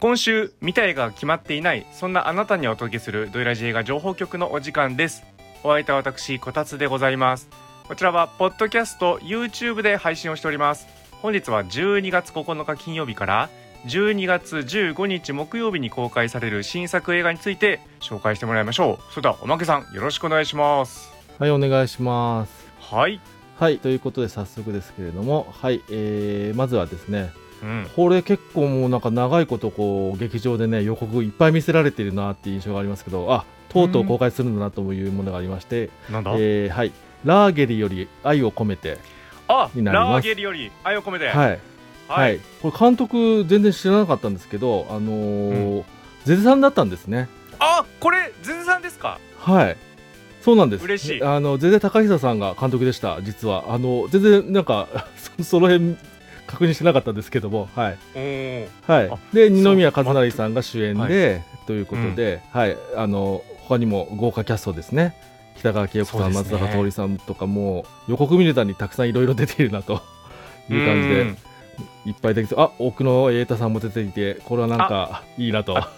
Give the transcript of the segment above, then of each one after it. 今週見たい映画が決まっていないそんなあなたにお届けするドイラジ映画情報局のお時間ですお相手は私こたつでございますこちらはポッドキャスト YouTube で配信をしております本日は12月9日金曜日から12月15日木曜日に公開される新作映画について紹介してもらいましょうそれではおまけさんよろしくお願いしますはい、お願いします。はいはい、ということで早速ですけれども、はい、えー、まずはですね、うんこれ結構もうなんか長いことこう劇場でね、予告いっぱい見せられてるなっていう印象がありますけど、あとうとう公開するんだなというものがありまして、なんだ、えー、はい、ラーゲリより愛を込めて、あになりますラーゲリより愛を込めてはい、は、はいい、これ監督全然知らなかったんですけど、あのーゼゼさんだったんですね。あこれズズさんですかはい。そうなんです。嬉しいあの全然高久さんが監督でした。実はあの全然なんか そその辺確認してなかったんですけども、はいおーはいあ。で二そう宮和也さんが主演で、ということで、はいあの他にも豪華キャストですね。北川景子さん、そうで松すね坂桃李さんとかもう予告見るたにたくさんいろいろ出ているなという感じで。うんいっぱい出てきてあ奥野瑛太さんも出ていてこれはなんかいいなとあ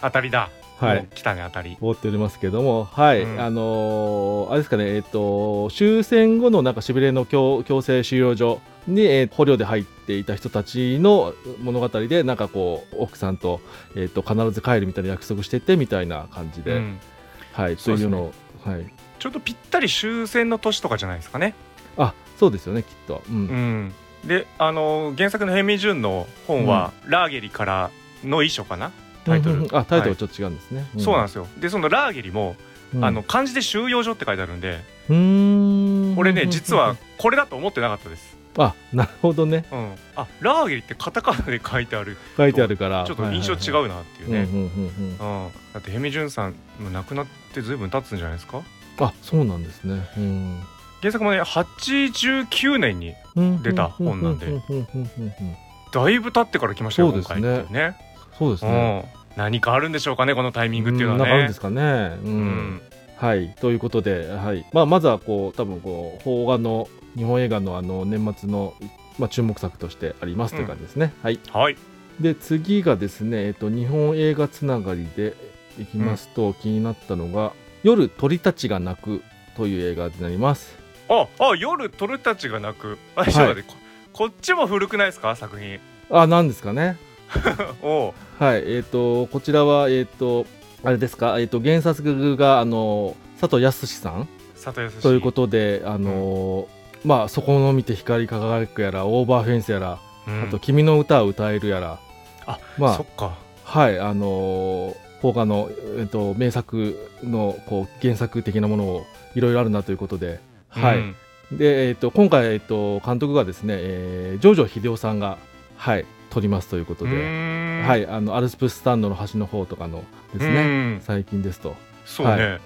当たりだはいもう来たね当たり思っておりますけども、はい、うんあのーあれですかね、えっ、と、終戦後のなんかしびれの強強制収容所に、えー捕虜で入っていた人たちの物語で、なんかこう、奥さんと、えっ、と、必ず帰るみたいな約束しててみたいな感じで、うんはい、そそううでいすうねのを、はい。ちょっとぴったり終戦の年とかじゃないですかねあ、そうですよね、きっと。うん。うんであの原作のヘミジュンの本は、ラーゲリからの遺書かなタイトル、うんうんうんあ、タイトはルいちょっと違うんですね。そうなんんですよでそのラーゲリも、あの、漢字で収容所って書いてあるんでうん。俺ね実は、これだと思ってなかったです、あ、なるほどね。うん、あラーゲリってカタカナで書いてある書いてあるから。ちょっと印象違はうなっていういね、はいはい。うんうんうんうん。うん、だってヘミジュンさんも亡くなってずいぶん経つんじゃないですかあ、そうなんですね。うん。原作もね89年に出た本なんでうううんうんうんうんだいぶ経ってから来ましたよそ今うです回ねっていうねそうですね。うん、何かあるんでしょうかねこのタイミングっていうのんなんかあるはんでねすかね。ううんん、はいということで、はいまあ、まずはこう多分こう邦画の日本映画のあの年末の、まあ、注目作としてありますという感じですね。はい、はいで次がですね、えっと、日本映画つながりでいきますと、気になったのが「夜鳥たちが鳴く」という映画になります。ああ夜鳥たちが鳴くあ、ちょっと待ってここっちも古くないですか作品あなんですかね。おうはい、えっ、と、こちらは、えっ、と、あれですか、えっ、と、原作が、あの、佐藤康さん里康ということで、あの、まあ、そこの見て光り輝くやら、オーバーフェンスやら、うんあと、君の歌を歌えるやら、あまあそっかはい、あの、邦画の、えっ、と、名作の、こう、原作的なものを、いろいろあるなということで、はい。うんで、えっ、と、今回、えっ、と、監督がですね、えー、ジョジョ秀夫さんが、はい、撮りますということうで、ーんはい、あのアルスプススタンドの端の方とかのですうね、ん最近ですと。そうね、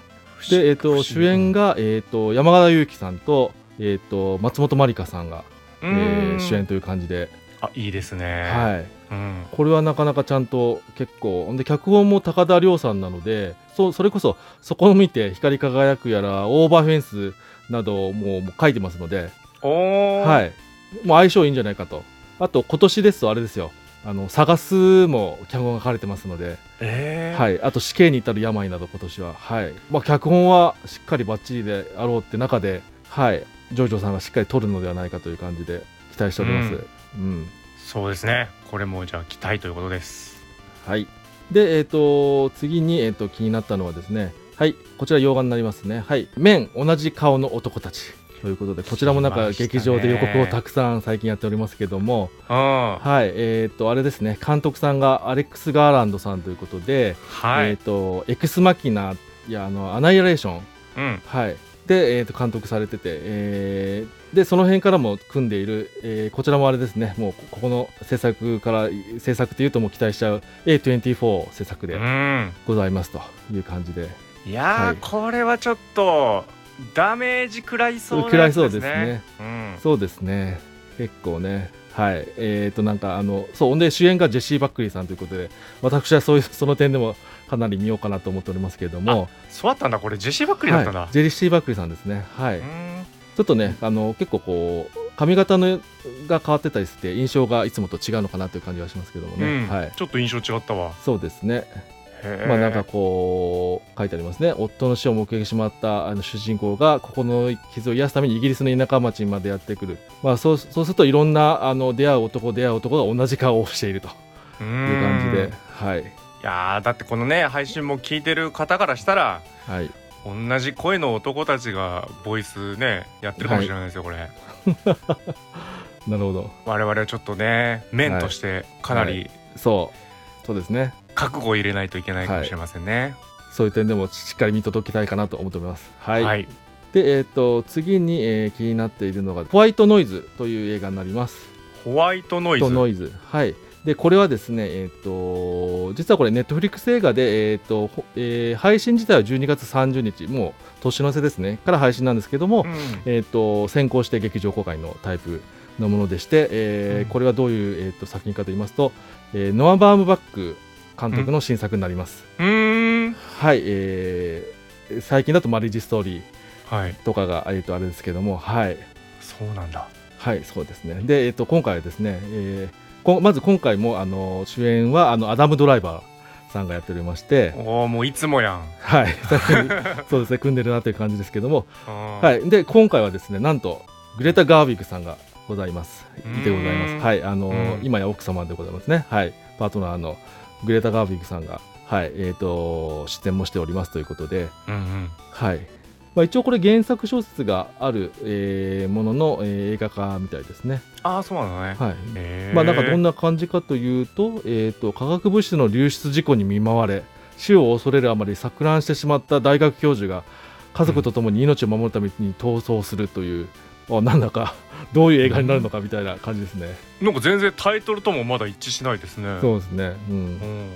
で、えっと主演が、が、えっと山形裕貴さんと,、えっと松本まりかさんが、うえんー主演という感じで、あいいですねはい、うんこれはなかなかちゃんと結構ほんで脚本も高田亮さんなのでそうそれこそそこを見て光り輝くやらオーバーフェンスなどをもうもう書いてますので、おお、、はいい、もう相性いいんじゃないかとあと今年ですとあれですよあの探すも脚本が書かれてますので。えー、はいい、あと死刑に至る病など今年は、はいまあ、脚本はしっかりばっちりであろうって中で、はい、ジョジョさんがしっかり取るのではないかという感じで期待しております。うんそうですねこれもじゃあ期待ということですはい、で、えー、と次に、えー、と気になったのはですね、はい、こちら洋画になりますね「はい、面同じ顔の男たち」ということでこちらもなん来かましたね劇場で予告をたくさん最近やっておりますけども、うんははいえー、とあれですね監督さんがアレックス・ガーランドさんということで、い、えー、とエクスマキナやあのアナイレーションうんはい、で、えー、と監督されてて、えーでその辺からも組んでいる、えーこちらもあれですねもうこここの制作から制作というともう期待しちゃう A24 制作うでんございますという感じで、いやー、はいこれはちょっとダメージ食らいそうな食らいやつそうでですすねね。うんそうですね結構ねはいえー、となんかあのそうほんで主演がジェシー・バックリーさんということで私はそういうその点でもかなり見ようかなと思っておりますけれどもそうだったんだこれジェシーばっかりだったんだ、はいジェシー・バックリーさんですねはいうーんちょっとねあの結構こう髪型のが変わってたりして印象がいつもと違うのかなという感じはしますけどもうね、んはいちょっと印象違ったわそうですねへえまあなんかこう書いてありますね夫の死を目撃してしまったあの主人公がここの傷を癒すためにイギリスの田舎町にまでやってくる、まあ、そうそうするといろんなあの出会う男出会う男が同じ顔をしているとういんう感じではい、いやーだってこのね配信も聞いてる方からしたらはい、同じ声の男たちがボイスねやってるかもしれないですよ、これなるほど我々はちょっとね面としてかなはりそうそうですね覚悟を入れないといけないかもしれませんねそういう点でもしっかり見届けたいかなと思っておりますは、はいい、でえっ、と次に、えー気になっているのがホワイトノイズという映画になりますホワイトノイズとノイズ。はい。で、これはですね、えっ、と、実はこれ、ネットフリックス映画で、えっ、と、ほえー配信自体は12月30日、もう年の瀬ですね、から配信なんですけども、うんえっ、と、先行して劇場公開のタイプのものでして、えーうんこれはどういう、えー、と作品かと言いますと、えーノア・バームバック監督の新作になります。うーんはい、えー最近だとマリッジストーリーはいとかが、えっ、と、あれですけども、はい。そうなんだはい、そうですね。で、えっと、今回はですね、えーこんまず今回もあの主演はあのアダム・ドライバーさんがやっておりまして、おおもういつもやんはい、 そうですね、組んでるなという感じですけども、ははいい、で、今回はですね、なんと、グレタ・ガービックさんがございます。うんでございます。はい、あのうん今や奥様でございますね。はい、パートナーのグレタ・ガービックさんが、はい、えっ、と、出演もしておりますということで、うんうんはい。まあ、一応これ原作小説がある、えーものの、えー映画化みたいですね。ああそうなのね、はい。へーまあ、なんかどんな感じかというと,、えー、と化学物質の流出事故に見舞われ死を恐れるあまり錯乱してしまった大学教授が家族と共に命を守るために逃走するという、あなんだか どういう映画になるのかみたいな感じですね。なんか全然タイトルともまだ一致しないですねそうですね、うんうん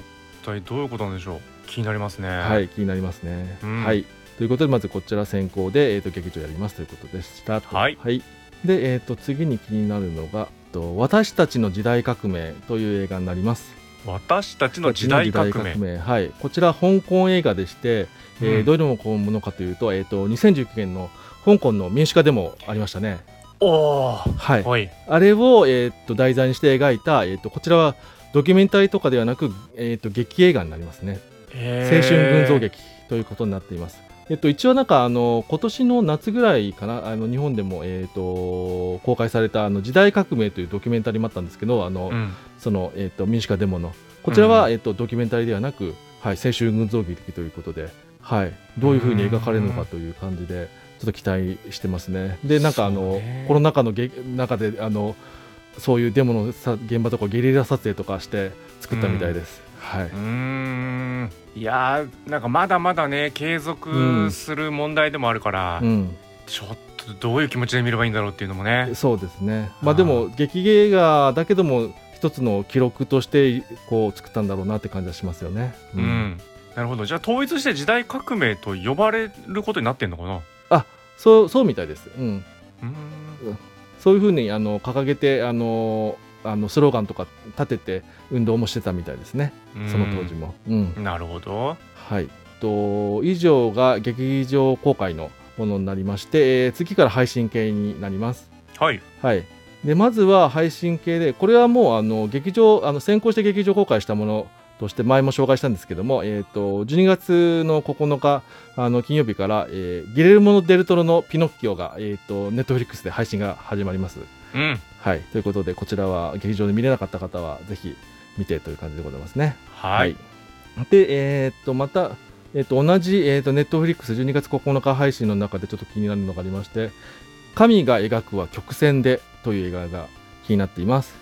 一体どういうことなんでしょう気になりますねはいい、気になりますね、うんはい、ということでまずこちら先行で、えー、と劇場やりますということでした。はいで、えー、と次に気になるのがと「私たちの時代革命」という映画になります。私たちの時代革命はい、こちら香港映画でして、えーうんどういうものかというと,、えー、と2019年の香港の民主化でもありましたね、おはいお、はいあれを、えー、と題材にして描いた、えー、とこちらはドキュメンタリーとかではなく、えー、と劇映画になりますね青青春群像劇ということになっています。えっと、一応なんかあの今年の夏ぐらいかなあの日本でも、えー、と公開されたあの「時代革命」というドキュメンタリーもあったんですけどあの、うんその、えー、と民主化デモのこちらは、うんえー、とドキュメンタリーではなく、はい、青春群像劇ということで、はい、どういうふうに描かれるのかという感じで、ちょっと期待してますね。でなんかあそうの、ねコロナ禍のげ中であのそういうデモのさ現場とかゲリラ撮影とかして作ったみたいです。はいうーんいやーなんかまだまだね継続する問題でもあるから、うん、ちょっとどういう気持ちで見ればいいんだろうっていうのもねそうですね、あーまあ、でも劇映画だけども一つの記録としてこう作ったんだろうなって感じはしますよね。うん、なるほどじゃあ統一して時代革命と呼ばれることになってんのかなそうそうみたいです、うん、うーんそういうふうにあの掲げてあのあのスローガンとか立てて運動もしてたみたいですねその当時も。うんなるほどはい、と以上が劇場公開のものになりまして、えー次から配信系になります。はいはい、でまずは配信系でこれはもうあの劇場あの先行して劇場公開したものとして前も紹介したんですけども、えー、と12月の9日あの金曜日から、えーギレルモノ・デルトロの「ピノッキオが」えーとネットフリックスで配信が始まります。うんはい、ということでこちらは劇場で見れなかった方はぜひ見てという感じでございますね。はい、で、えー、とまた、えー、と同じ、えー、とネットフリックス12月9日配信の中でちょっと気になるのがありまして「神が描くは曲線で」という映画が気になっています。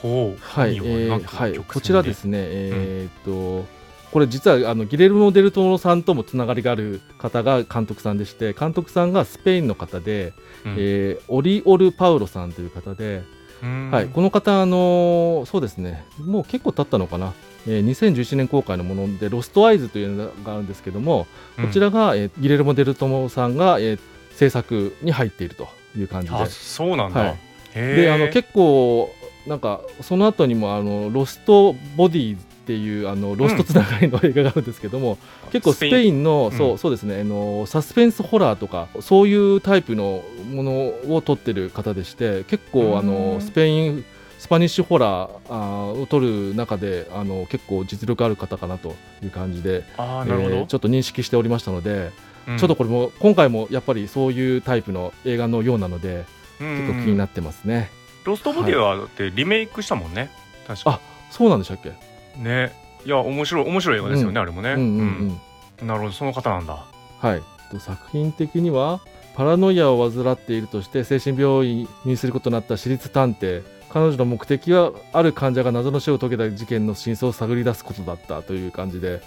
ほうはい、いいえよーなんかはい、曲線でこちらですね、えーとこれ実はあのギレルモ・デルトロさんともつながりがある方が監督さんでして監督さんがスペインの方で、うんえーオリオル・パウロさんという方で、うーんはい、この方、あのーそうですね、もう結構経ったのかな、えー2011年公開のもので、ロストアイズというのがあるんですけども、こちらが、えーギレルモ・デルトモさんが、えー制作に入っているという感じあそうなんだ、はいへで、であの結構、なんかその後にもあのロスト・ボディっっていうあのロストつながりの映画があるんですけども、結構スペインのスペインそううそうですねあのサスペンスホラーとかそういうタイプのものを撮ってる方でして結構あうんのスペインスパニッシュホラーあーを撮る中であの結構実力ある方かなという感じで、ああなるほど、えーちょっと認識しておりましたので、うんちょっとこれも今回もやっぱりそういうタイプの映画のようなのでうん結構気になってますね。ロストボディはだってリメイクしたもんね確かそうなんでしたっけ、ねいや面白い面白い映画ですよね、うんあれもね、うんうんうんうんなるほどその方なんだはい、と作品的にはパラノイアを患っているとして精神病院にすることになった私立探偵彼女の目的はある患者が謎の死を遂げた事件の真相を探り出すことだったという感じで、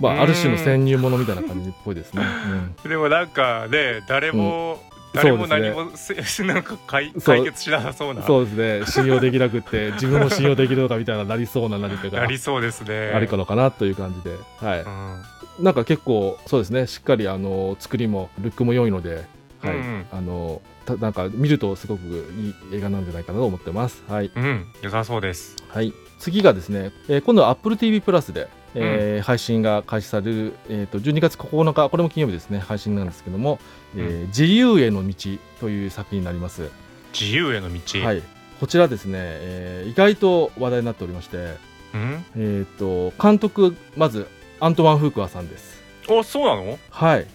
まうーんあ、ある種の潜入ものみたいな感じっぽいですね。でもなんかね誰も、うん誰もそう何ですねもせ、 なんか解そう解決しなさそうう、なんそうですね信用できなくって自分も信用できるのかみたいななりそうな何か がなりそうですねあるかのかなという感じで、はいうんなんか結構そうですねしっかりあの作りもルックも良いので、うんはいうんあのたなんか見るとすごくいい映画なんじゃないかなと思ってます。はいうん良さそうですはい、次がですね、えー今度は AppleTV プラスで、えー配信が開始される、えー、と12月9日これも金曜日ですね配信なんですけども「えー自由への道」という作品になります。自由への道、はい、こちらですね、えー意外と話題になっておりまして、うんえー、と監督まずアントワン・フークアさんです。おそうなのへはい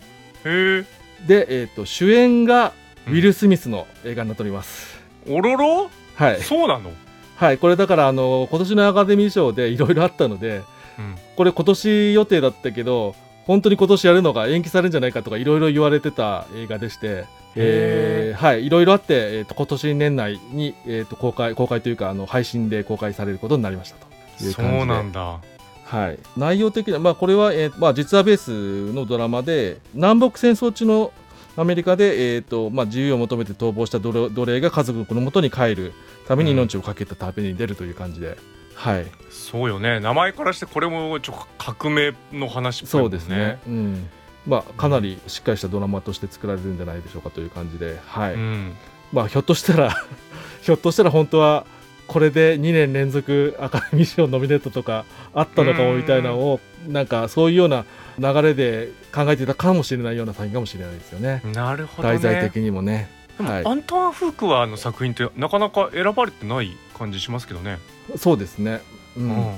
えで、えー、と主演がウィル・スミスの映画になっております。おろろはい、そうなの、はい、これだからあの今年のアカデミー賞でいろいろあったのでうん、これ今年予定だったけど本当に今年やるのが延期されるんじゃないかとかいろいろ言われてた映画でして、えーはい、いろいろあって、えー、と今年年内に、えー、と公開公開というかあの配信で公開されることになりましたという感じでそうなんだはい、内容的には、まあ、これは、えーまあ、実話ベースのドラマで南北戦争中のアメリカで、えーとまあ、自由を求めて逃亡した奴隷奴隷が家族の元に帰るために命を懸けた旅に出るという感じで、はい、そうよね名前からしてこれもちょっと革命の話っぽいそもうんですね、うんまあ、かなりしっかりしたドラマとして作られるんじゃないでしょうかという感じで、はいうんまあ、ひょっとしたら ひょっとしたら本当はこれで2年連続アカデミー賞ノミネートとかあったのかもみたいなのをなんかそういうような流れで考えていたかもしれないような作品かもしれないですよねなるほどね題材的にもね。はいアントワン・フークはあの作品ってなかなか選ばれてない感じしますけどね。そうですね、ううんも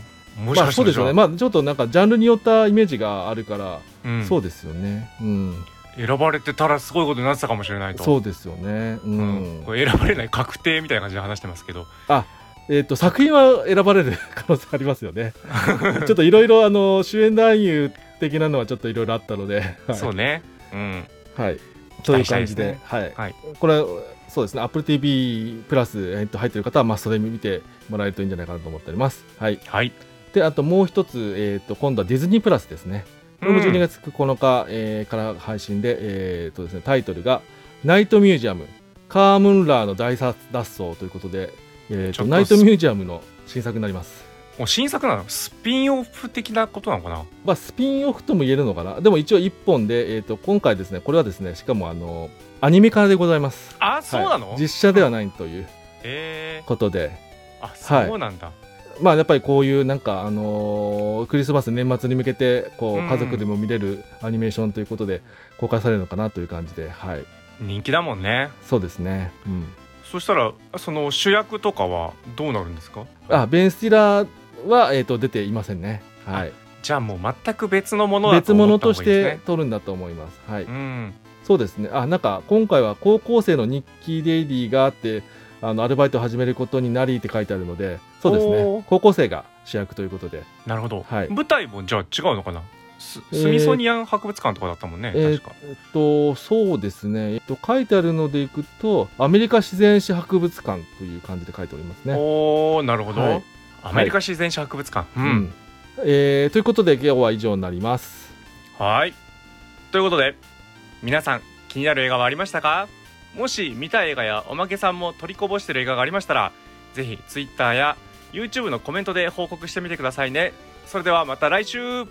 しまあかしそたらうですじゃよあ、ね、まあ、ちょっとなんかジャンルによったイメージがあるから、うんそうですよね、うん、選ばれてたらすごいことになってたかもしれないと。そうですよね、ううんんこれ選ばれない確定みたいな感じで話してますけど。えっと作品は選ばれる可能性あります よね。ちょっといろいろあの主演男優的なのはちょっといろいろあったので、はいそうね。うん。はい、とい期う感じで待したいですねはいはいこれそうですね AppleTV プラス、えっと入ってる方はマストで見てもらえるといいんじゃないかなと思っております。はい、はい。であともう一つ、えっと今度はディズニープラスですね。これも12月9日、えーから配信で,、えっとですね、タイトルが「ナイトミュージアムカームンラーの大脱走」ということで、えっちょとっとナイトミュージアムの新作になります。もう新作なのスピンオフ的なことなのかなまあ、スピンオフとも言えるのかなでも一応1本で、えー、と今回ですねこれはですねしかもあのアニメ化でございますあ、そうなの、はい実写ではないというえことでー、あ、そうなんだ。まあやっぱりこういうなんかあのークリスマス年末に向けてこううん家族でも見れるアニメーションということで公開されるのかなという感じではい人気だもんね。そうですね、うん、そしたら、その主役とかはどうなるんですかあベン・スティラーは、えー、と出ていませんねはいじゃあもう全く別のものだと別思物った方とがいしいですてね。撮るんだと思いますはいうん。そうですね。あ、なんか今回は高校生のニッキー・デイリーがあって、あのアルバイトを始めることになりって書いてあるので、そうですおーね。高校生が主役ということで、なるほど、はい舞台もじゃあ違うのかなスえースミソニアン博物館とかだったもんね、えー確かえっとそうですね。えっと書いてあるのでいくと、アメリカ自然史博物館という感じで書いておりますね。おおなるほど、はいアメリカ自然史博物館、ううん。えーということで今日は以上になります。はいということで皆さん気になる映画はありましたかもし見たい映画やおまけさんも取りこぼしてる映画がありましたらぜひ Twitter や YouTube のコメントで報告してみてくださいねそれではまた来週